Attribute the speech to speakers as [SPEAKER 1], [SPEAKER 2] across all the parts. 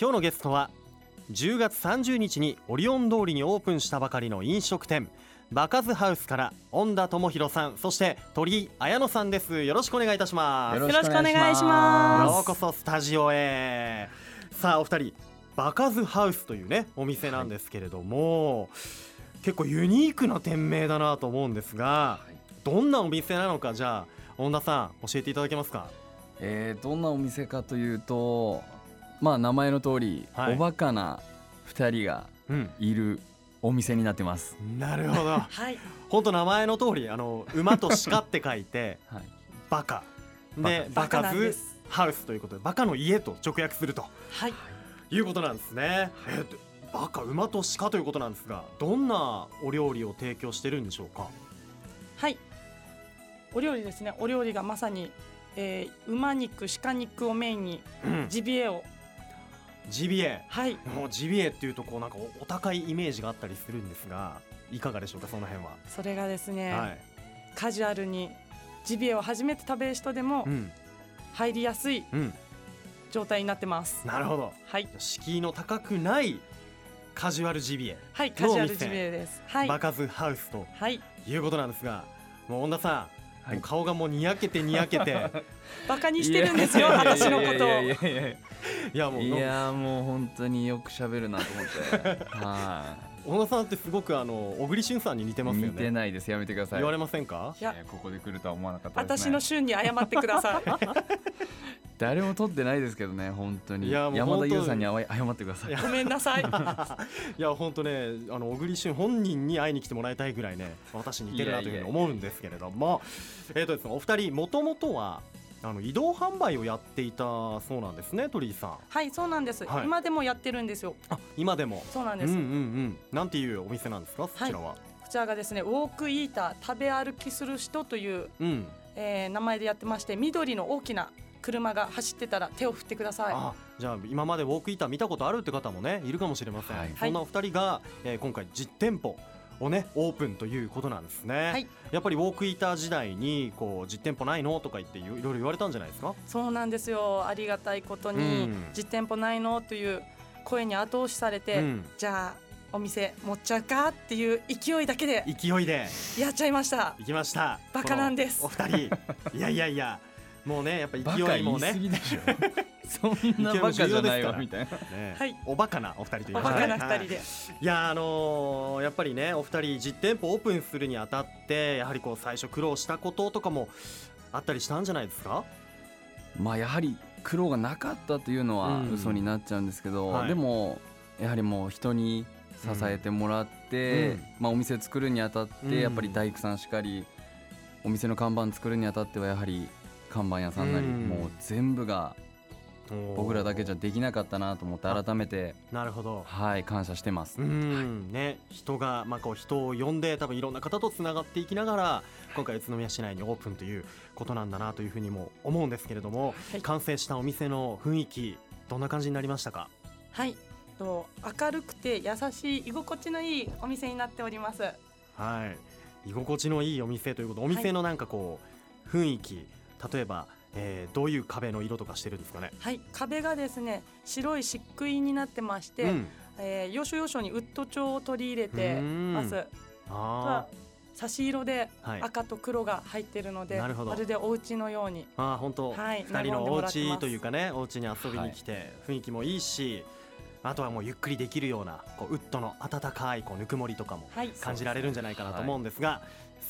[SPEAKER 1] 今日のゲストは10月30日にオリオン通りにオープンしたばかりの飲食店バカズハウスから恩田智弘さんそして鳥居綾乃さんですよろしくお願いいたします
[SPEAKER 2] よ
[SPEAKER 1] よ
[SPEAKER 2] ろ
[SPEAKER 1] う
[SPEAKER 2] しく
[SPEAKER 3] ま
[SPEAKER 2] よろしくお願いします
[SPEAKER 1] こそスタジオへさあお二人バカズハウスというねお店なんですけれども、結構ユニークな店名だなと思うんですが
[SPEAKER 2] はい
[SPEAKER 1] どんなお店なのかじゃあ恩田さん教えていただけますか
[SPEAKER 2] えーどんなお店かというとまあ名前の通り、
[SPEAKER 1] はい
[SPEAKER 2] おバカな2人が
[SPEAKER 1] うん
[SPEAKER 2] いるお店になってます、
[SPEAKER 1] なるほど
[SPEAKER 3] はい、
[SPEAKER 1] 本当名前の通りあの馬と鹿って書いて
[SPEAKER 2] はい、
[SPEAKER 1] バカでバ
[SPEAKER 3] バカ
[SPEAKER 1] カ
[SPEAKER 3] なんで
[SPEAKER 1] ズ
[SPEAKER 3] す
[SPEAKER 1] ハウスということでバカの家と直訳すると
[SPEAKER 3] はい、
[SPEAKER 1] いうことなんですね、えっとバカ馬と鹿ということなんですがどんなお料理を提供してるんでしょうか
[SPEAKER 3] はい。お料理ですね。お料理がまさに、えー、馬肉、鹿肉をメインに
[SPEAKER 1] うん
[SPEAKER 3] ジビエを、
[SPEAKER 1] ジビエ
[SPEAKER 3] はい。
[SPEAKER 1] もうジビエっていうとこうなんかおお高いイメージがあったりするんですがいかがでしょうかその辺は、
[SPEAKER 3] それがですね、
[SPEAKER 1] はい、
[SPEAKER 3] カジュアルにジビエを初めて食べる人でも
[SPEAKER 1] うん
[SPEAKER 3] 入りやすい
[SPEAKER 1] うん
[SPEAKER 3] 状態になってます。
[SPEAKER 1] なるほど
[SPEAKER 3] はい、
[SPEAKER 1] 敷居の高くないカジュアルジビエ、
[SPEAKER 3] はい、カジュアルジビエです。はい、
[SPEAKER 1] バカズハウスと
[SPEAKER 3] はい、
[SPEAKER 1] いうことなんですがもう恩田さん、
[SPEAKER 2] はい
[SPEAKER 1] もう顔がもうにやけてにやけて
[SPEAKER 3] バカにしてるんですよ、
[SPEAKER 2] いや
[SPEAKER 3] 私のことを。
[SPEAKER 2] いやいやいやい
[SPEAKER 1] いやも
[SPEAKER 2] や
[SPEAKER 1] う
[SPEAKER 2] いやもう本当によく喋るなと思っては
[SPEAKER 1] 小野さんってすごくあの小栗旬さんに似て
[SPEAKER 2] い
[SPEAKER 1] ますよね
[SPEAKER 2] 似てないですやめてください
[SPEAKER 1] 言われませんか
[SPEAKER 3] いや
[SPEAKER 2] いやここで来るとは思わなかったです、
[SPEAKER 3] 私
[SPEAKER 2] ね、
[SPEAKER 3] の旬に謝ってください。
[SPEAKER 2] 誰も取ってないですけどね本当に
[SPEAKER 1] いやもう
[SPEAKER 2] 山
[SPEAKER 1] 本当
[SPEAKER 2] 田
[SPEAKER 1] に
[SPEAKER 2] 優さんにあわい謝ってください
[SPEAKER 1] いや
[SPEAKER 3] ごめんな さい。
[SPEAKER 1] いや本当ねあの小栗旬本人に会いに来てもらいたいぐらいね私似てるなというふうに思うんですけれどもえっ、とですねお二人もともとはあの移動販売をやっていたそうなんですね鳥居さん
[SPEAKER 3] はい、そうなんです、
[SPEAKER 1] はい
[SPEAKER 3] 今でもやってるんですよ。
[SPEAKER 1] あ今でも
[SPEAKER 3] そうな
[SPEAKER 1] う
[SPEAKER 3] んで
[SPEAKER 1] んう
[SPEAKER 3] す。
[SPEAKER 1] んうんなんていうお店なんですかそちらは、
[SPEAKER 3] こちらがですね、ウォークイーター食べ歩きする人という、
[SPEAKER 1] うん
[SPEAKER 3] えー名前でやってまして、緑の大きな車が走ってたら手を振ってください。
[SPEAKER 1] あじゃあ今までウォークイーター見たことあるって方もねいるかもしれません、
[SPEAKER 2] はい
[SPEAKER 1] そんなお二人が、えー今回実店舗をねオープンということなんですね、
[SPEAKER 3] はい
[SPEAKER 1] やっぱりウォークイーター時代にこう実店舗ないのとか言っていろいろ言われたんじゃないですか
[SPEAKER 3] そうなんですよ。ありがたいことに、
[SPEAKER 1] うん
[SPEAKER 3] 実店舗ないのという声に後押しされて、
[SPEAKER 1] うん
[SPEAKER 3] じゃあ。お店持っちゃうかっていう勢いだけで
[SPEAKER 1] 勢いで
[SPEAKER 3] やっちゃいました。
[SPEAKER 1] 行きました
[SPEAKER 3] バカなんです
[SPEAKER 1] このお二人いやいやいやもうねやっぱ
[SPEAKER 2] バカ
[SPEAKER 1] 勢い
[SPEAKER 2] 言
[SPEAKER 1] も
[SPEAKER 2] い
[SPEAKER 1] ね
[SPEAKER 2] 過ぎでしょそんなバカじゃないわみたいな
[SPEAKER 1] ね
[SPEAKER 3] はい
[SPEAKER 1] おバカなお二人という
[SPEAKER 3] バ
[SPEAKER 1] こと
[SPEAKER 3] カ
[SPEAKER 1] で
[SPEAKER 3] な
[SPEAKER 1] は
[SPEAKER 3] 二
[SPEAKER 1] い
[SPEAKER 3] 人で、
[SPEAKER 1] いやーあのーやっぱりねお二人実店舗オープンするにあたってやはりこう最初苦労したこととかもあったりしたんじゃないですか
[SPEAKER 2] まあやはり苦労がなかったというのは
[SPEAKER 1] うん
[SPEAKER 2] 嘘になっちゃうんですけど、
[SPEAKER 1] はい
[SPEAKER 2] でもやはりもう人に支えてもらって、
[SPEAKER 1] うん
[SPEAKER 2] まあ、お店作るにあたっ
[SPEAKER 1] うん
[SPEAKER 2] てやっぱり大工さんしかりお店の看板作るにあたってはやはり看板屋さんなり、
[SPEAKER 1] うん
[SPEAKER 2] もう全部が僕らだけじゃできなかったなと思って改めて
[SPEAKER 1] なるほど
[SPEAKER 2] はい感謝してます
[SPEAKER 1] う。んね人がまあこう人を呼んで多分いろんな方とつながっていきながら今回宇都宮市内にオープンということなんだなというふうにも思うんですけれども
[SPEAKER 3] はい
[SPEAKER 1] 完成したお店の雰囲気どんな感じになりましたか
[SPEAKER 3] はい、と明るくて優しい居心地のいいお店になっております。
[SPEAKER 1] はい居心地のいいお店ということお店のなんかこう雰囲気例えばえーどういう壁の色とかしてるんですかね
[SPEAKER 3] はい、壁がですね白い漆喰になってまして、
[SPEAKER 1] うん
[SPEAKER 3] えー要所要所にウッド調を取り入れてま
[SPEAKER 1] うーん
[SPEAKER 3] す。
[SPEAKER 1] あ
[SPEAKER 3] 差し色で
[SPEAKER 1] ーはい
[SPEAKER 3] 赤と黒が入ってるので、
[SPEAKER 1] なるほど
[SPEAKER 3] まるでお家のように。
[SPEAKER 1] あー本当、
[SPEAKER 3] はい
[SPEAKER 1] 2人のお
[SPEAKER 3] 和んでもらってま
[SPEAKER 1] 家
[SPEAKER 3] す
[SPEAKER 1] というかねお家に遊びに来て、雰囲気もいいしあとはもうゆっくりできるようなこうウッドの温かいこうぬくもりとかも
[SPEAKER 3] はい、
[SPEAKER 1] 感じられるんじゃないかなと思うんですが、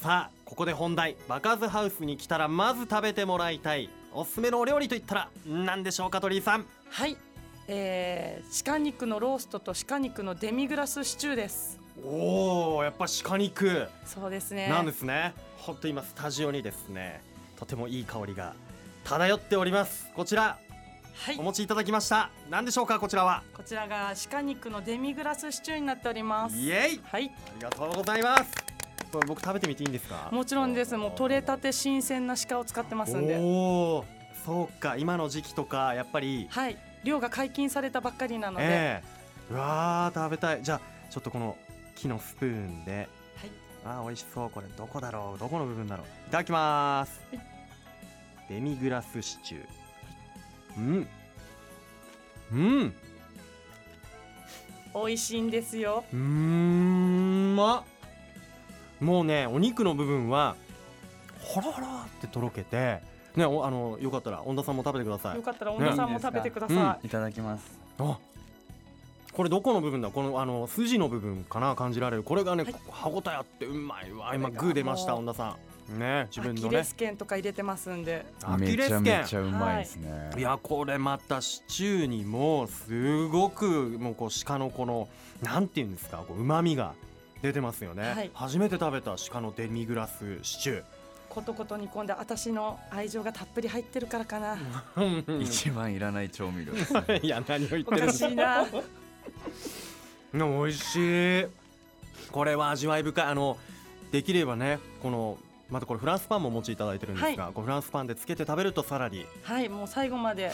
[SPEAKER 1] さあここで本題バカズハウスに来たらまず食べてもらいたいおすすめのお料理といったら何でしょうか鳥居さん
[SPEAKER 3] はい、えー鹿肉のローストと鹿肉のデミグラスシチューです。
[SPEAKER 1] おおやっぱ鹿肉
[SPEAKER 3] そうですね。
[SPEAKER 1] なんですねほんと今スタジオにですねとてもいい香りが漂っておりますこちら
[SPEAKER 3] はい
[SPEAKER 1] お、持ちいただきました何でしょうかこちらは
[SPEAKER 3] こちらが鹿肉のデミグラスシチューになっております。
[SPEAKER 1] イエイ
[SPEAKER 3] はい、
[SPEAKER 1] ありがとうございます。これ僕食べてみていいんですか。
[SPEAKER 3] もちろんです。もう取れたて新鮮な鹿を使ってますんで。
[SPEAKER 1] おお、そうか、今の時期とか、やっぱり。
[SPEAKER 3] はい、漁が解禁されたばっかりなので、
[SPEAKER 1] ええうわー、食べたい、じゃあ、ちょっとこの木のスプーンで。
[SPEAKER 3] はい、
[SPEAKER 1] あー、美味しそう、これ、どこだろう、どこの部分だろう。いただきます。デミグラスシチュー。うん。うん。
[SPEAKER 3] 美味しいんですよ
[SPEAKER 1] うーんまっもうねお肉の部分はほろほろってとろけてねおあのよかったら恩田さんも食べてください
[SPEAKER 3] よかったら女さんも食べてください
[SPEAKER 2] いただきます
[SPEAKER 1] あこれどこの部分だこのあの筋の部分かな感じられるこれがね、
[SPEAKER 3] はい
[SPEAKER 1] 歯応えあってうまいわ
[SPEAKER 3] れが
[SPEAKER 1] 今グー出ました
[SPEAKER 3] もう
[SPEAKER 1] 恩田さんね自分
[SPEAKER 3] ア
[SPEAKER 1] の
[SPEAKER 3] キレ
[SPEAKER 1] ね
[SPEAKER 3] ス腱とか入れてますんで
[SPEAKER 1] アキ
[SPEAKER 2] め
[SPEAKER 1] レ
[SPEAKER 2] ちゃ
[SPEAKER 1] ス
[SPEAKER 2] め
[SPEAKER 1] 腱
[SPEAKER 2] ちゃうまいですね、
[SPEAKER 1] いやこれまたシチューにもすごくもうこう鹿のこのなんていうんですかうまみが出てますよね、
[SPEAKER 3] はい
[SPEAKER 1] 初めて食べた鹿のデミグラスシチュ
[SPEAKER 3] ことこと煮込んで私の愛情がたっぷり入ってるからかな
[SPEAKER 1] ー
[SPEAKER 2] 一番いらない調味料ですね
[SPEAKER 1] いや何を言って
[SPEAKER 3] お
[SPEAKER 1] るん
[SPEAKER 3] か
[SPEAKER 1] です
[SPEAKER 3] しいな
[SPEAKER 1] 美味しいこれは味わい深いあのできればねこのまたこれフランスパンもお持ちいただいてるんですが、こうフランスパンでつけて食べるとさらに
[SPEAKER 3] はいもう最後まで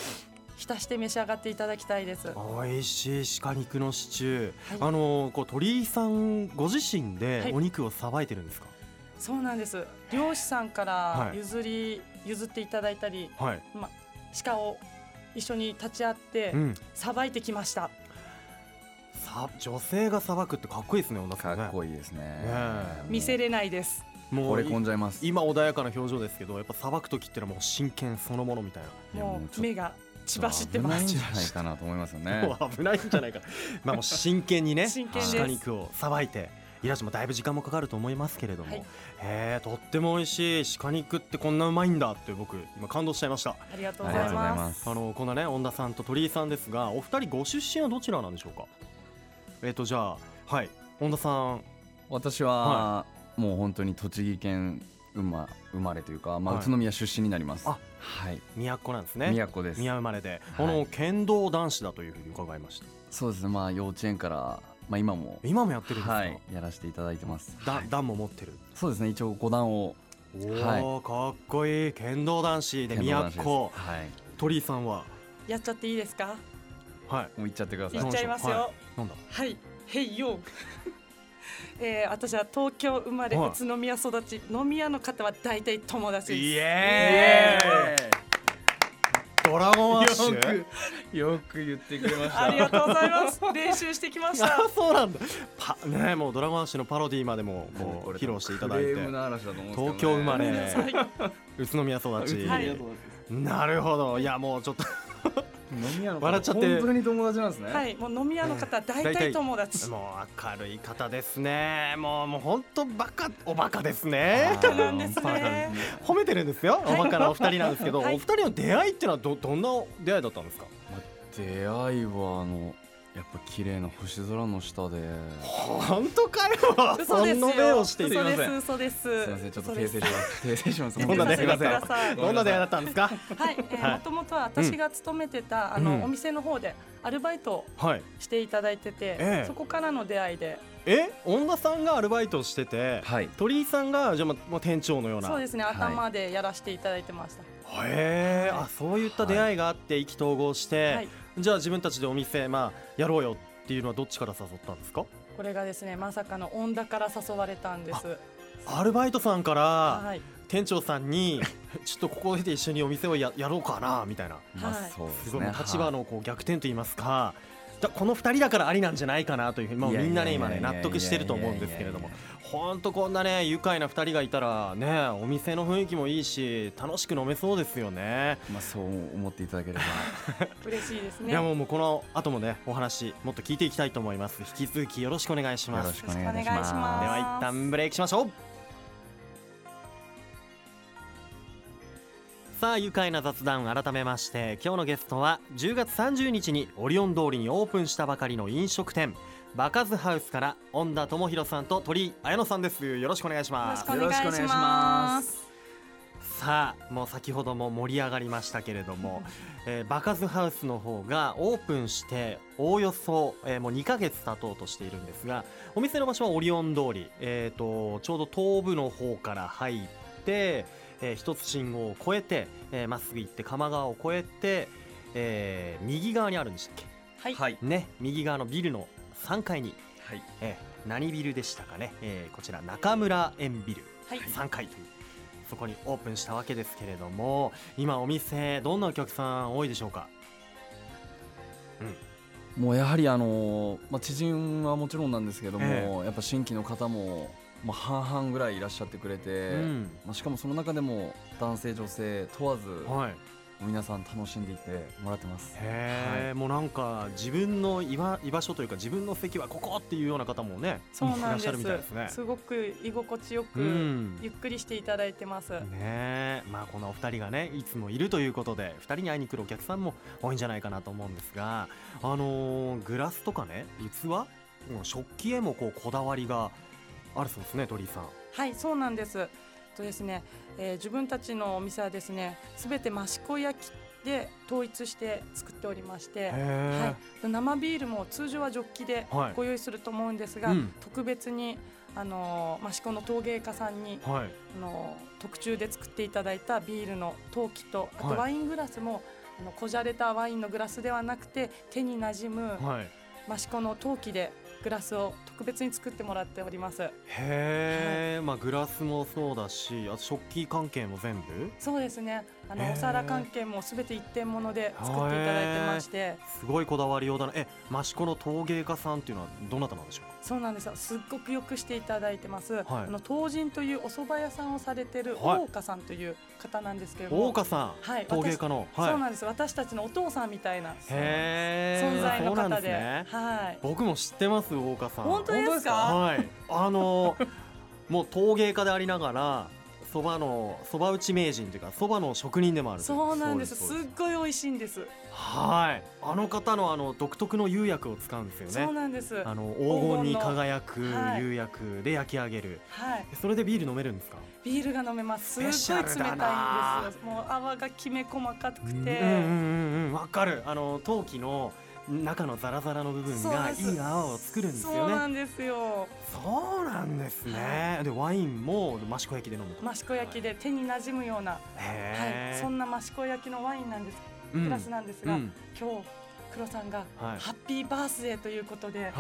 [SPEAKER 3] 浸して召し上がっていただきたいです
[SPEAKER 1] 美味しい鹿肉のシチュー、
[SPEAKER 3] はい
[SPEAKER 1] あのこう鳥居さんご自身
[SPEAKER 3] は
[SPEAKER 1] で
[SPEAKER 3] い
[SPEAKER 1] お肉をさばいてるんですか
[SPEAKER 3] そうなんです漁師さんか
[SPEAKER 1] は
[SPEAKER 3] ら
[SPEAKER 1] い
[SPEAKER 3] 譲り、譲っていただいたり
[SPEAKER 1] はい、
[SPEAKER 3] 鹿を一緒に立ち会って
[SPEAKER 1] うん、
[SPEAKER 3] さばいてきました
[SPEAKER 1] さ女性がさばくってかっこいいですね、女さ
[SPEAKER 2] か
[SPEAKER 1] んね。
[SPEAKER 2] っこいいですね
[SPEAKER 1] え
[SPEAKER 2] もう
[SPEAKER 3] 見せれないです
[SPEAKER 1] も
[SPEAKER 2] 惚
[SPEAKER 1] う
[SPEAKER 2] れ込んじゃいます
[SPEAKER 1] 今穏やかな表情ですけど、やっぱさばく時ってのはもう真剣そのものみたい
[SPEAKER 2] いや
[SPEAKER 3] も
[SPEAKER 2] もうちょ
[SPEAKER 3] う
[SPEAKER 2] っと
[SPEAKER 3] 目が血走ってま
[SPEAKER 2] 危ないん
[SPEAKER 3] す
[SPEAKER 2] じゃないかなと思いますよ
[SPEAKER 1] な。
[SPEAKER 2] ね
[SPEAKER 1] もう危ないんじゃ ないか。まあもう真剣にね、
[SPEAKER 3] 真
[SPEAKER 2] 剣です
[SPEAKER 1] 鹿肉をさばいて。いらっしゃいもうだいぶ時間もかかると思いますけれども、
[SPEAKER 3] はい
[SPEAKER 1] へえとっても美味しい鹿肉ってこんなうまいんだって僕今感動しちゃいました
[SPEAKER 3] ありがとう
[SPEAKER 2] あ
[SPEAKER 3] ご
[SPEAKER 2] りが
[SPEAKER 3] ざ
[SPEAKER 2] と
[SPEAKER 3] いう
[SPEAKER 2] ござい
[SPEAKER 3] ま
[SPEAKER 2] ますす
[SPEAKER 1] あのこんなね恩田さんと鳥居さんですがお二人ご出身はどちらなんでしょうかえっ、とじゃあはい恩田さん
[SPEAKER 2] 私は、もう本当に栃木県生ま生まれというか、まあ、
[SPEAKER 1] はい
[SPEAKER 2] 宇都宮出身になります、
[SPEAKER 1] あ
[SPEAKER 2] はい
[SPEAKER 1] 都なんですね
[SPEAKER 2] 宮古です
[SPEAKER 1] 宮生まれで、
[SPEAKER 2] はい
[SPEAKER 1] あの剣道男子だというふうに伺いました
[SPEAKER 2] そうですねまあ幼稚園から、まあ、今も
[SPEAKER 1] 今もやってるんですか、
[SPEAKER 2] はいやらせていただいてます
[SPEAKER 1] だ段も持ってる
[SPEAKER 2] そうですね一応五段を
[SPEAKER 1] おー、かっこいい剣道男子で
[SPEAKER 2] 剣道男
[SPEAKER 1] 宮
[SPEAKER 2] 子です
[SPEAKER 1] 古
[SPEAKER 2] はい
[SPEAKER 1] 鳥居さんは
[SPEAKER 3] やっちゃっていいですか
[SPEAKER 1] はい
[SPEAKER 2] もう行っちゃってください
[SPEAKER 3] いっちゃいますよ
[SPEAKER 1] はなんだ
[SPEAKER 3] はい、へいよ。 えー、私は東京生まれ、
[SPEAKER 1] はい
[SPEAKER 3] 宇都宮育ち、飲み屋の方は大体友達です。
[SPEAKER 1] エーイドラゴンアッシュ
[SPEAKER 2] くよく言ってくれまし
[SPEAKER 3] ありがとうござ います。練習してきました。
[SPEAKER 1] あそうなんだパねもうドラゴンアッシュのパロディまでも
[SPEAKER 2] もう
[SPEAKER 1] こ
[SPEAKER 2] こ
[SPEAKER 1] う
[SPEAKER 2] れ
[SPEAKER 1] 披露していただいて
[SPEAKER 2] クレームの嵐だと思うんですけどね
[SPEAKER 1] 東京生まれ
[SPEAKER 3] はい
[SPEAKER 1] 宇都宮育ち、
[SPEAKER 3] はい
[SPEAKER 1] なるほどいやもうちょっと
[SPEAKER 2] 飲み屋の方
[SPEAKER 1] 笑っちゃって
[SPEAKER 2] 本当に友達なんですね、
[SPEAKER 3] はい、もう飲み屋の方は大体友達。
[SPEAKER 1] もう明るい方ですね。もうもう本当バカおバカですね
[SPEAKER 2] あ。
[SPEAKER 3] そう
[SPEAKER 2] ー
[SPEAKER 3] なんですね。
[SPEAKER 1] 褒めてるんですよ。おバカなお二人なんですけど、
[SPEAKER 3] はい
[SPEAKER 1] お二人の出会いってのはどどんな出会いだったんですか。
[SPEAKER 2] 出会いはあのやっぱ綺麗な星空の下で
[SPEAKER 1] 本当かよ。
[SPEAKER 3] 嘘
[SPEAKER 1] そ
[SPEAKER 3] です
[SPEAKER 1] ん
[SPEAKER 3] よ。
[SPEAKER 1] な目をしてい
[SPEAKER 3] 嘘
[SPEAKER 1] る。
[SPEAKER 3] ですす。嘘です。
[SPEAKER 2] すいませんちょっと訂正します訂正しま す
[SPEAKER 1] そんな出会
[SPEAKER 3] 出て
[SPEAKER 1] い
[SPEAKER 3] く
[SPEAKER 1] だ
[SPEAKER 3] だ
[SPEAKER 1] ったら
[SPEAKER 3] さい。
[SPEAKER 1] どんな出会いだったんです か。
[SPEAKER 3] はい、え
[SPEAKER 1] はい
[SPEAKER 3] ー、もともとは私が勤めてた、あ
[SPEAKER 1] うん
[SPEAKER 3] のお店の方でアルバイトを
[SPEAKER 1] はい。
[SPEAKER 3] していただいてて、
[SPEAKER 1] ええ
[SPEAKER 3] そこからの出会いで、
[SPEAKER 1] え、恩田さんがアルバイトをしてて、
[SPEAKER 2] はい
[SPEAKER 1] 鳥居さんがじゃあまま店長のような。
[SPEAKER 3] そうですね、
[SPEAKER 2] はい
[SPEAKER 3] 頭でやらせていただいてました。
[SPEAKER 1] へえ。あ、そういった出会いがあって意気投合して、
[SPEAKER 3] はい
[SPEAKER 1] じゃあ自分たちでお店まあやろうよっていうのはどっちから誘ったんですか。
[SPEAKER 3] これがですねまさかの恩田から誘われたんです。
[SPEAKER 1] アルバイトさんから。
[SPEAKER 3] はい、
[SPEAKER 1] 店長さんに ちょっとここで一緒にお店をややろうかなみたいな
[SPEAKER 2] まあ
[SPEAKER 3] はい
[SPEAKER 2] そうですす
[SPEAKER 1] ごい
[SPEAKER 2] ね
[SPEAKER 1] もう立場のこう逆転といいますか。だこの2人だからありなんじゃないかなというふうにもう
[SPEAKER 2] いやい
[SPEAKER 1] み
[SPEAKER 2] や
[SPEAKER 1] ん
[SPEAKER 2] いや
[SPEAKER 1] ない
[SPEAKER 2] や
[SPEAKER 1] ね
[SPEAKER 2] い
[SPEAKER 1] 今
[SPEAKER 2] や
[SPEAKER 1] ね納得してると思うんですけれども
[SPEAKER 2] いやい
[SPEAKER 1] 本当こんなね愉快な2人がいたらねお店の雰囲気もいいし楽しく飲めそうですよね。
[SPEAKER 2] まあそう思っていただければ
[SPEAKER 3] 嬉しいです
[SPEAKER 1] い
[SPEAKER 3] ね。
[SPEAKER 1] や
[SPEAKER 3] よ
[SPEAKER 1] もうもうこの後もねお話もっと聞いていきたいと思います。引き続きよろしくお願いしま
[SPEAKER 2] よろ
[SPEAKER 1] す。
[SPEAKER 2] し
[SPEAKER 1] で
[SPEAKER 2] くお願いいたします
[SPEAKER 3] よろしくお願いします
[SPEAKER 1] は一旦ブレイクしましょう。さあ愉快な雑談改めまして今日のゲストは10月30日にオリオン通りにオープンしたばかりの飲食店バカズハウスから恩田智弘さんと鳥居彩乃さんですよろしくお願いし
[SPEAKER 3] ろ
[SPEAKER 1] ま
[SPEAKER 3] し
[SPEAKER 1] す
[SPEAKER 3] くお願いします。
[SPEAKER 1] さあもう先ほども盛り上がりましたけれども、 えー、バカズハウスの方がオープンしておおよそ、えーもう2ヶ月経とうとしているんですがお店の場所はオリオン通り、えー、とちょうど東部の方から入って、えー一つ信号を越えてえーま、っすぐ行って鎌川を越えて、えー右側にあるんでしたっ
[SPEAKER 3] はい、
[SPEAKER 2] はい
[SPEAKER 1] けね右側のビルの3階に、
[SPEAKER 2] はい
[SPEAKER 1] えー何ビルでしたかね、えーこちら中村園ビル
[SPEAKER 3] はい
[SPEAKER 1] 3回というそこにオープンしたわけですけれども今お店どんなお客さん多いでしょうか
[SPEAKER 2] もうやはりあの、まあ、知人はもちろんなんですけども、
[SPEAKER 1] え
[SPEAKER 2] やっぱ新規の方も、まあ、半々ぐらいいらっしゃってくれて、
[SPEAKER 1] うん
[SPEAKER 2] まあ、しかもその中でも男性女性問わず、
[SPEAKER 1] はい、
[SPEAKER 2] 皆さん楽しんでいってもらってます。
[SPEAKER 1] へえ、もうなんか自分の居場居場所というか自分の席はここっていうような方もね
[SPEAKER 3] そうなん
[SPEAKER 1] いらっしゃる
[SPEAKER 3] です
[SPEAKER 1] みたいですね
[SPEAKER 3] すごく居心地よく、
[SPEAKER 1] うん
[SPEAKER 3] ゆっくりしていただいてます、
[SPEAKER 1] ねえまあこのお二人がねいつもいるということで二人に会いに来るお客さんも多いんじゃないかなと思うんですがあのーグラスとかね器うん食器へもこうこだわりがあるそうですね鳥居さん
[SPEAKER 3] はいそうなんですえっとですね、えー自分たちのお店はですねすべて益子焼きで統一して作っておりまして、は
[SPEAKER 1] へ
[SPEAKER 3] い、生ビールも通常はジョッキで
[SPEAKER 1] はい
[SPEAKER 3] ご用意すると思うんですが、
[SPEAKER 1] うん
[SPEAKER 3] 特別にあのー益子の陶芸家さんに
[SPEAKER 1] えはい
[SPEAKER 3] あのー特注で作っていただいたビールの陶器とあと
[SPEAKER 1] はい
[SPEAKER 3] ワイングラスも、あのこじゃれたワインのグラスではなくて手になじむ
[SPEAKER 1] はい
[SPEAKER 3] 益子の陶器でグラスを特別に作ってもらっております。
[SPEAKER 1] へえ、まあグラスもそうだしあと食器関係も全部
[SPEAKER 3] そうですね。あ
[SPEAKER 1] へ
[SPEAKER 3] の
[SPEAKER 1] ー
[SPEAKER 3] お皿関係もすべて一点物で作っていただいてまして、
[SPEAKER 1] すごいこだわりようだなえ益子の陶芸家さんっていうのはどなたなんでしょうか
[SPEAKER 3] そうなんですよ。すっごくよくしていただいてます。
[SPEAKER 1] はい
[SPEAKER 3] あの当人というお蕎麦屋さんをされてる
[SPEAKER 1] はい
[SPEAKER 3] 大岡さんという方なんですけれども、
[SPEAKER 1] 大岡さん、
[SPEAKER 3] はい
[SPEAKER 1] 陶芸家の、
[SPEAKER 3] 私そう
[SPEAKER 1] い、
[SPEAKER 3] なんです。私たちのお父さんみたいな
[SPEAKER 1] へー
[SPEAKER 3] 存在の
[SPEAKER 1] そうな
[SPEAKER 3] 方
[SPEAKER 1] ん
[SPEAKER 3] で、
[SPEAKER 1] すね、
[SPEAKER 3] はい。
[SPEAKER 1] 僕も知ってます大岡さん
[SPEAKER 3] 本当ですか
[SPEAKER 1] はいあのーもう陶芸家でありながらそばのそば打ち名人というかそばの職人でもあるとい
[SPEAKER 3] そうなんです
[SPEAKER 2] そうですそう
[SPEAKER 3] すっごい美味しいんです。
[SPEAKER 1] はいあの方のあの独特の釉薬を使うんですよ
[SPEAKER 3] そう
[SPEAKER 1] ね
[SPEAKER 3] なん です。
[SPEAKER 1] あ
[SPEAKER 3] は
[SPEAKER 1] の黄金に輝く
[SPEAKER 3] 黄金のはい
[SPEAKER 1] 釉薬で焼き上げる、
[SPEAKER 3] い。
[SPEAKER 1] それでビール飲めるんですか
[SPEAKER 3] ビールが飲めます。すっ
[SPEAKER 1] ペ
[SPEAKER 3] ご
[SPEAKER 1] シャ
[SPEAKER 3] い冷
[SPEAKER 1] ル
[SPEAKER 3] たい
[SPEAKER 1] だ
[SPEAKER 3] ん
[SPEAKER 1] な
[SPEAKER 3] ですよ。もう泡がきめ細かく
[SPEAKER 1] うんうん
[SPEAKER 3] て。
[SPEAKER 1] うんうんわかるあの陶器の中のザラザラの部分が
[SPEAKER 3] そうです
[SPEAKER 1] いい泡を作るんです
[SPEAKER 3] そ
[SPEAKER 1] よ
[SPEAKER 3] うな
[SPEAKER 1] ね
[SPEAKER 3] んですよ。
[SPEAKER 1] そうなんですねでワインも益子焼きで飲むと
[SPEAKER 3] 益子焼きで手に馴染むような、は
[SPEAKER 1] へえ
[SPEAKER 3] い、そんな益子焼きのワインなんです、
[SPEAKER 1] うん
[SPEAKER 3] グラスなんですが、
[SPEAKER 1] うん
[SPEAKER 3] 今日黒さんが
[SPEAKER 1] はい
[SPEAKER 3] ハッピーバースデーということ
[SPEAKER 1] は
[SPEAKER 3] で、
[SPEAKER 1] い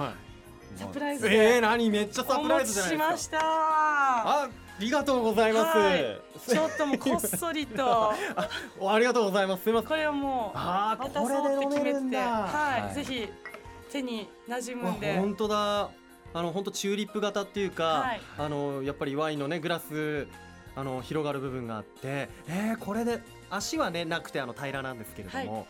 [SPEAKER 3] サプライズ
[SPEAKER 1] えー
[SPEAKER 3] で
[SPEAKER 1] 何めっちゃサ
[SPEAKER 3] お
[SPEAKER 1] プラ
[SPEAKER 3] 持
[SPEAKER 1] イ
[SPEAKER 3] ち
[SPEAKER 1] ズじゃない
[SPEAKER 3] し
[SPEAKER 1] ですか
[SPEAKER 3] ました。
[SPEAKER 1] ありがとうございます、
[SPEAKER 3] はちょっともうこっそ りと
[SPEAKER 1] おありがとうございますすいません
[SPEAKER 3] これをもう
[SPEAKER 1] あー
[SPEAKER 3] 渡そうって
[SPEAKER 1] これで
[SPEAKER 3] 決
[SPEAKER 1] 飲め
[SPEAKER 3] め
[SPEAKER 1] るん
[SPEAKER 3] て、
[SPEAKER 1] だ
[SPEAKER 3] はい、
[SPEAKER 2] はい
[SPEAKER 3] ぜひ手に馴染む
[SPEAKER 1] わ
[SPEAKER 3] んで、
[SPEAKER 1] 本当だあの本当チューリップ型っていうか、
[SPEAKER 3] はい
[SPEAKER 1] あのやっぱりワインのねグラスあの広がる部分があってえー、これで足はねなくてあの平らなんですけれども、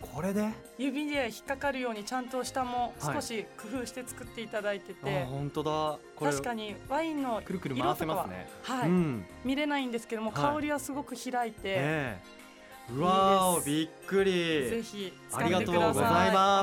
[SPEAKER 1] これであ
[SPEAKER 3] 指で引っかかるようにちゃんと下も
[SPEAKER 1] はい
[SPEAKER 3] 少し工夫して作っていただいてて、
[SPEAKER 1] 本当だこれ
[SPEAKER 3] 確かにワインの
[SPEAKER 1] くるくる
[SPEAKER 3] 色
[SPEAKER 1] 回
[SPEAKER 3] と
[SPEAKER 1] せ
[SPEAKER 3] か
[SPEAKER 1] ます
[SPEAKER 3] は、
[SPEAKER 1] ね
[SPEAKER 3] はい、
[SPEAKER 1] うん
[SPEAKER 3] 見れないんですけども、
[SPEAKER 1] はい
[SPEAKER 3] 香りはすごく開いて、
[SPEAKER 1] ええうわーお
[SPEAKER 3] い
[SPEAKER 1] びっく
[SPEAKER 3] ぜ
[SPEAKER 1] り
[SPEAKER 3] ひ
[SPEAKER 1] あ
[SPEAKER 3] 使
[SPEAKER 1] り
[SPEAKER 3] っ
[SPEAKER 1] が
[SPEAKER 3] て
[SPEAKER 1] と
[SPEAKER 3] く
[SPEAKER 1] うご
[SPEAKER 3] だ
[SPEAKER 1] ざい
[SPEAKER 3] さ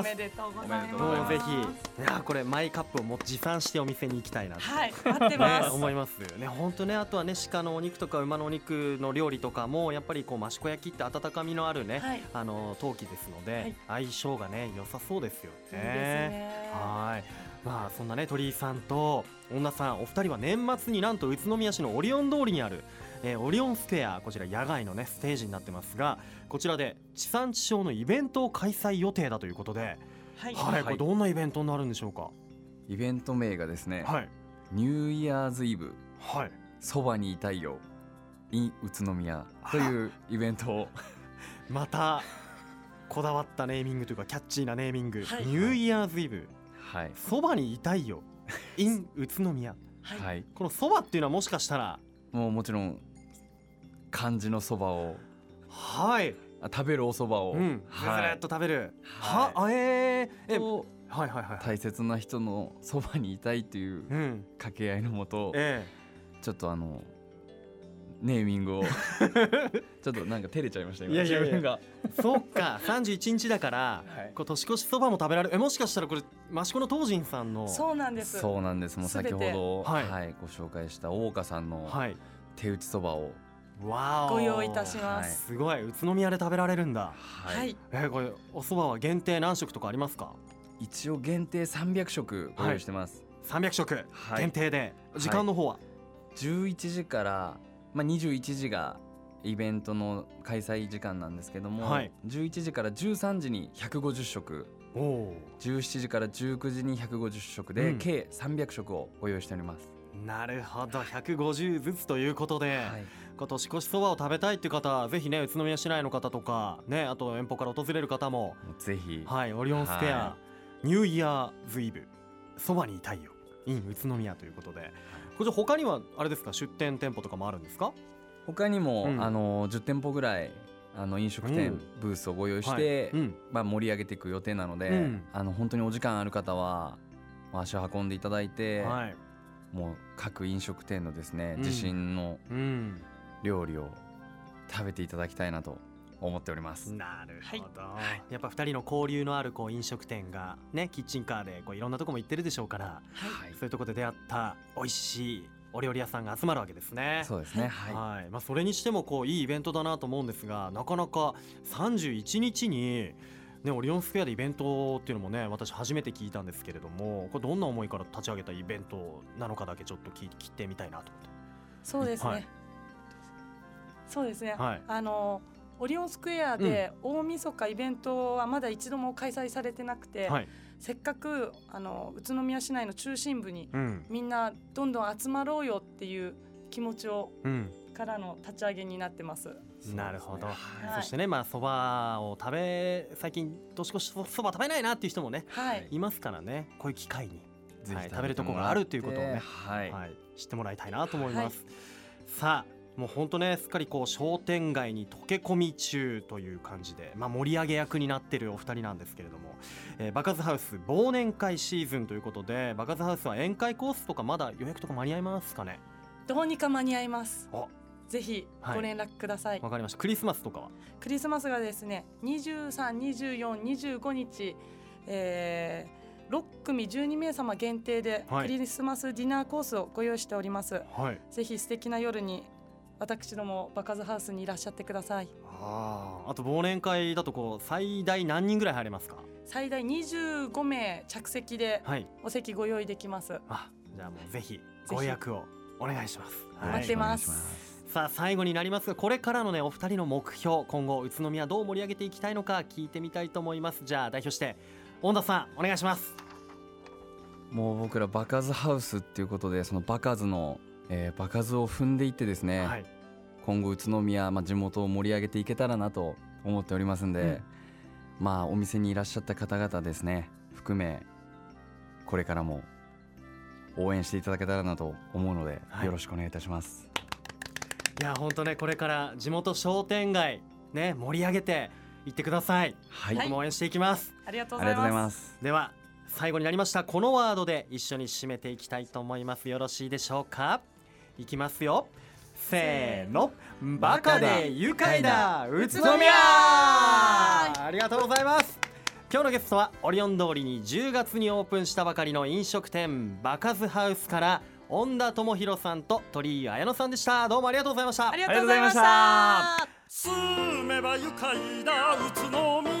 [SPEAKER 1] ま
[SPEAKER 3] い。
[SPEAKER 1] す
[SPEAKER 3] おめでとうござい
[SPEAKER 2] おめでとうござ
[SPEAKER 1] も
[SPEAKER 2] い
[SPEAKER 3] ま
[SPEAKER 1] う
[SPEAKER 3] す。
[SPEAKER 1] ぜひいやーこれマイカップをも持参してお店に行きたいなと
[SPEAKER 3] はい、待ってま
[SPEAKER 1] ね、
[SPEAKER 3] す。
[SPEAKER 1] 思いますね本当ねあとはね鹿のお肉とか馬のお肉の料理とかもやっぱりこう益子焼きって温かみのあるね、
[SPEAKER 3] はい、いいで
[SPEAKER 1] あの陶器ですので、
[SPEAKER 3] はい
[SPEAKER 1] 相性がね良さそうですよね。
[SPEAKER 3] すね。
[SPEAKER 1] はいまあそんなね鳥居さんと女さんお二人は年末になんと宇都宮市のオリオン通りにある、えーオリオンスクエアこちら野外のねステージになってますがこちらで地産地消のイベントを開催予定だということで、
[SPEAKER 3] はい、
[SPEAKER 1] はい、これどんなイベントになるんでしょうか。
[SPEAKER 2] イベント名がですね、
[SPEAKER 1] はい
[SPEAKER 2] ニューイヤーズイブ
[SPEAKER 1] はい
[SPEAKER 2] そばにいたいよ in 宇都宮というイベントを
[SPEAKER 1] またこだわったネーミングというかキャッチーなネーミング、
[SPEAKER 3] はい
[SPEAKER 1] ニューイヤーズイブ
[SPEAKER 2] はい
[SPEAKER 1] そばにいたいよ in 宇都宮
[SPEAKER 3] はい、
[SPEAKER 2] はい
[SPEAKER 1] このそばっていうのはもしかしたら
[SPEAKER 2] もうもちろん漢字のそばを
[SPEAKER 1] はい、
[SPEAKER 2] あ食べるおそばを、
[SPEAKER 1] うん、ず
[SPEAKER 2] は
[SPEAKER 1] らっ
[SPEAKER 2] い
[SPEAKER 1] と食べる、
[SPEAKER 2] は
[SPEAKER 1] はいあえー、え
[SPEAKER 2] と
[SPEAKER 1] はいはいはい、
[SPEAKER 2] 大切な人のそばにいたいという
[SPEAKER 1] うん、
[SPEAKER 2] 掛け合いのもと
[SPEAKER 1] え
[SPEAKER 2] ちょっとあのネー ミングをちょっとなんか照れちゃいました今
[SPEAKER 1] いやいやいや
[SPEAKER 2] 自分が
[SPEAKER 1] え、そっか、三十一日だから、
[SPEAKER 2] はい
[SPEAKER 1] こう年越しそばも食べられる、え、もしかしたらこれ益子の東神さんの、
[SPEAKER 3] そうなんです。
[SPEAKER 2] そうなんですもう先ほど、
[SPEAKER 1] 全てはい
[SPEAKER 2] はい、ご紹介した大岡さんの
[SPEAKER 1] はい、
[SPEAKER 2] 手打ちそばを、
[SPEAKER 1] わお、
[SPEAKER 3] ご用意いたします。
[SPEAKER 1] すごい、宇都宮で食べられるんだ。
[SPEAKER 2] は
[SPEAKER 3] はい、
[SPEAKER 1] えー、これお蕎麦は限定何食とかありますか？
[SPEAKER 2] 一応限定300食ご用意してます、
[SPEAKER 1] 三百食、
[SPEAKER 2] はい
[SPEAKER 1] 限定で、
[SPEAKER 2] い
[SPEAKER 1] 時間の方は、
[SPEAKER 2] 11時から、まあ、21時がイベントの開催時間なんですけども、
[SPEAKER 1] はい
[SPEAKER 2] 11時から13時に150食
[SPEAKER 1] おお
[SPEAKER 2] 17時から19時に150食で、
[SPEAKER 1] うん
[SPEAKER 2] 計300食をご用意しております、
[SPEAKER 1] ー、なるほど、百五十ずつということで。
[SPEAKER 2] はい、
[SPEAKER 1] 今年越しそばを食べたいっていう方ぜひね宇都宮市内の方とかねあと遠方から訪れる方も
[SPEAKER 2] もうぜひ
[SPEAKER 1] はいオリオンスクエア、
[SPEAKER 2] は
[SPEAKER 1] ニューイヤーズイブそばにいたいよ in 宇都宮ということでこちら他にはあれですか出店店舗とかもあるんですか
[SPEAKER 2] 他にも、
[SPEAKER 1] うん
[SPEAKER 2] あの10店舗ぐらいあの飲食
[SPEAKER 1] う
[SPEAKER 2] 店
[SPEAKER 1] ん
[SPEAKER 2] ブースをご用意し
[SPEAKER 1] は
[SPEAKER 2] て、
[SPEAKER 1] いうん、
[SPEAKER 2] まあ、盛り上げていく予定なので、
[SPEAKER 1] うん
[SPEAKER 2] あの本当にお時間ある方はまあ足を運んでいただいて、
[SPEAKER 1] はい、
[SPEAKER 2] もう各飲食店のですね、
[SPEAKER 1] うん
[SPEAKER 2] 自信の
[SPEAKER 1] うん、
[SPEAKER 2] 料理を食べていただきたいなと思っております。
[SPEAKER 1] なるほど、やっぱ二人の交流のあるこう飲食店がねキッチンカーでこういろんなとこも行ってるでしょうから
[SPEAKER 2] はい
[SPEAKER 1] そういうとこで出会った美味しいお料理屋さんが集まるわけですね
[SPEAKER 2] そうですね。はい。
[SPEAKER 1] はいまあ、それにしてもこういいイベントだなと思うんですがなかなか31日に、ね、オリオンスクエアでイベントっていうのもね私初めて聞いたんですけれどもこれどんな思いから立ち上げたイベントなのかだけちょっと聞い聞いてみたいなと思っ
[SPEAKER 3] そうですね。
[SPEAKER 1] はい
[SPEAKER 3] そうですね。
[SPEAKER 1] はい
[SPEAKER 3] あのオリオンスクエアで大晦日イベントはまだ一度も開催されてなくて、
[SPEAKER 1] て。はい
[SPEAKER 3] せっかくあの宇都宮市内の中心部に
[SPEAKER 1] うん
[SPEAKER 3] みんなどんどん集まろうよっていう気持ちを
[SPEAKER 1] うん
[SPEAKER 3] からの立ち上げになってます。
[SPEAKER 1] なるほど、
[SPEAKER 3] はい
[SPEAKER 1] そしてねまあそばを食べ最近年越しそば食べないなっていう人もね
[SPEAKER 3] はい。
[SPEAKER 1] いますからねこういう機会に
[SPEAKER 2] ぜひ
[SPEAKER 1] はい
[SPEAKER 2] 食べても
[SPEAKER 1] 食べるとこ
[SPEAKER 2] ら
[SPEAKER 1] があるということをね
[SPEAKER 2] はい。
[SPEAKER 1] はい、知ってもらいたいなと思います。さあ、もう本当ね、すっかりこう商店街に溶け込み中という感じで、まあ盛り上げ役になってるお二人なんですけれども、えー、バカズハウス忘年会シーズンということで、バカズハウスは宴会コースとかまだ予約とか間に合いますかね。
[SPEAKER 3] どうにか間に合います。
[SPEAKER 1] あ、
[SPEAKER 3] ぜひ
[SPEAKER 1] はい
[SPEAKER 3] ご連絡ください。
[SPEAKER 1] わかりました。クリスマスとかは、
[SPEAKER 3] クリスマスがですね、23、24、25日、えー、6組12名様限定で
[SPEAKER 1] はい
[SPEAKER 3] クリスマスディナーコースをご用意しております。
[SPEAKER 1] はい。
[SPEAKER 3] ぜひ素敵な夜に私どもバカズハウスにいらっしゃってください。
[SPEAKER 1] ああ、あと忘年会だとこう最大何人ぐらい入れますか。
[SPEAKER 3] 最大25名着席で
[SPEAKER 1] はい。
[SPEAKER 3] お席ご用意できます。
[SPEAKER 1] あ、じゃあもうぜひご予約をお願いします。
[SPEAKER 2] はい
[SPEAKER 3] 待ってます
[SPEAKER 2] お願いします
[SPEAKER 1] さあ最後になりますがこれからのねお二人の目標今後宇都宮どう盛り上げていきたいのか聞いてみたいと思いますじゃあ代表して恩田さんお願いします
[SPEAKER 2] もう僕らバカズハウスっていうことでそのバカズの、えー、バカズを踏んでいってですね、
[SPEAKER 1] はい
[SPEAKER 2] 今後宇都宮、まあ、地元を盛り上げていけたらなと思っておりますんで、まあお店にいらっしゃった方々ですね含めこれからも応援していただけたらなと思うので、
[SPEAKER 1] はい
[SPEAKER 2] よろしくお願いいたします。
[SPEAKER 1] いや本当ねこれから地元商店街ね盛り上げていってください
[SPEAKER 2] はい、
[SPEAKER 1] 僕も応援していきます
[SPEAKER 3] ありがとう
[SPEAKER 2] あ
[SPEAKER 3] ご
[SPEAKER 2] り
[SPEAKER 3] ざ
[SPEAKER 2] がと
[SPEAKER 3] い
[SPEAKER 2] うござい
[SPEAKER 3] ま。
[SPEAKER 2] ますす。
[SPEAKER 1] では最後になりましたこのワードで一緒に締めていきたいと思いますよろしいでしょうかいきますよせーのバカで愉快だ宇都宮ありがとうございます今日のゲストはオリオン通りに10月にオープンしたばかりの飲食店バカズハウスから恩田智弘さんと鳥居彩乃さんでしたどうもありがとうございました
[SPEAKER 3] ありがとうございました。
[SPEAKER 4] 住めば愉快だ宇都宮